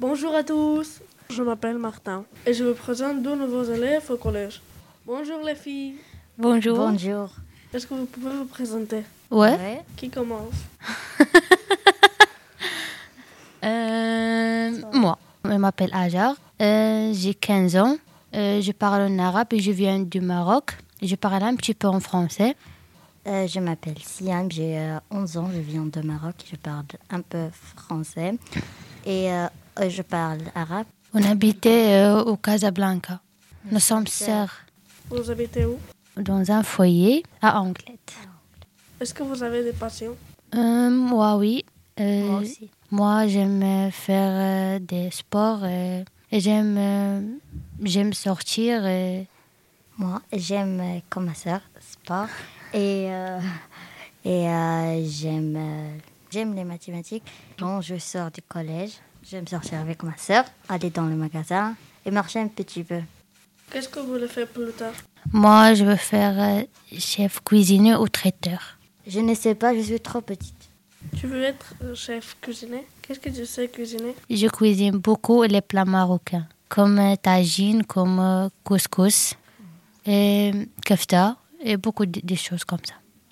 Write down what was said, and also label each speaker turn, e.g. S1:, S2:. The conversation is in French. S1: Bonjour à tous, je m'appelle Martin et je vous présente deux nouveaux élèves au collège. Bonjour les filles,
S2: Bonjour. Hein
S3: Bonjour.
S1: est-ce que vous pouvez vous présenter
S2: Ouais.
S1: Qui commence
S2: Euh, moi, je m'appelle Ajar. Euh, j'ai 15 ans. Euh, je parle en arabe et je viens du Maroc. Je parle un petit peu en français.
S3: Euh, je m'appelle Siam, j'ai euh, 11 ans, je viens de Maroc, je parle un peu français et euh, euh, je parle arabe.
S2: On habitait euh, au Casablanca. Nous sommes
S3: Sœurs.
S2: sœurs
S1: Vous habitez où
S2: dans un foyer à Anglette.
S1: Est-ce que vous avez des passions
S2: Euh, moi, oui. Euh,
S3: Moi aussi.
S2: moi, j'aime euh, faire euh, des sports euh, et j'aime euh, j'aime sortir. euh. et-
S3: Moi, j'aime euh, comme ma sœur, sport et, euh, et euh, j'aime euh, j'aime les mathématiques. Quand je sors du collège, j'aime sortir avec ma sœur, aller dans le magasin et marcher un petit peu.
S1: Qu'est-ce que vous voulez faire plus tard
S2: Moi, je veux faire euh, chef cuisinier ou traiteur.
S3: Je ne sais pas, je suis trop petite.
S1: Tu veux être euh, chef cuisinier Qu'est-ce que tu sais cuisiner
S2: Je cuisine beaucoup les plats marocains, comme euh, tagine, comme euh, couscous, et kefta, et euh, beaucoup de, de choses comme ça.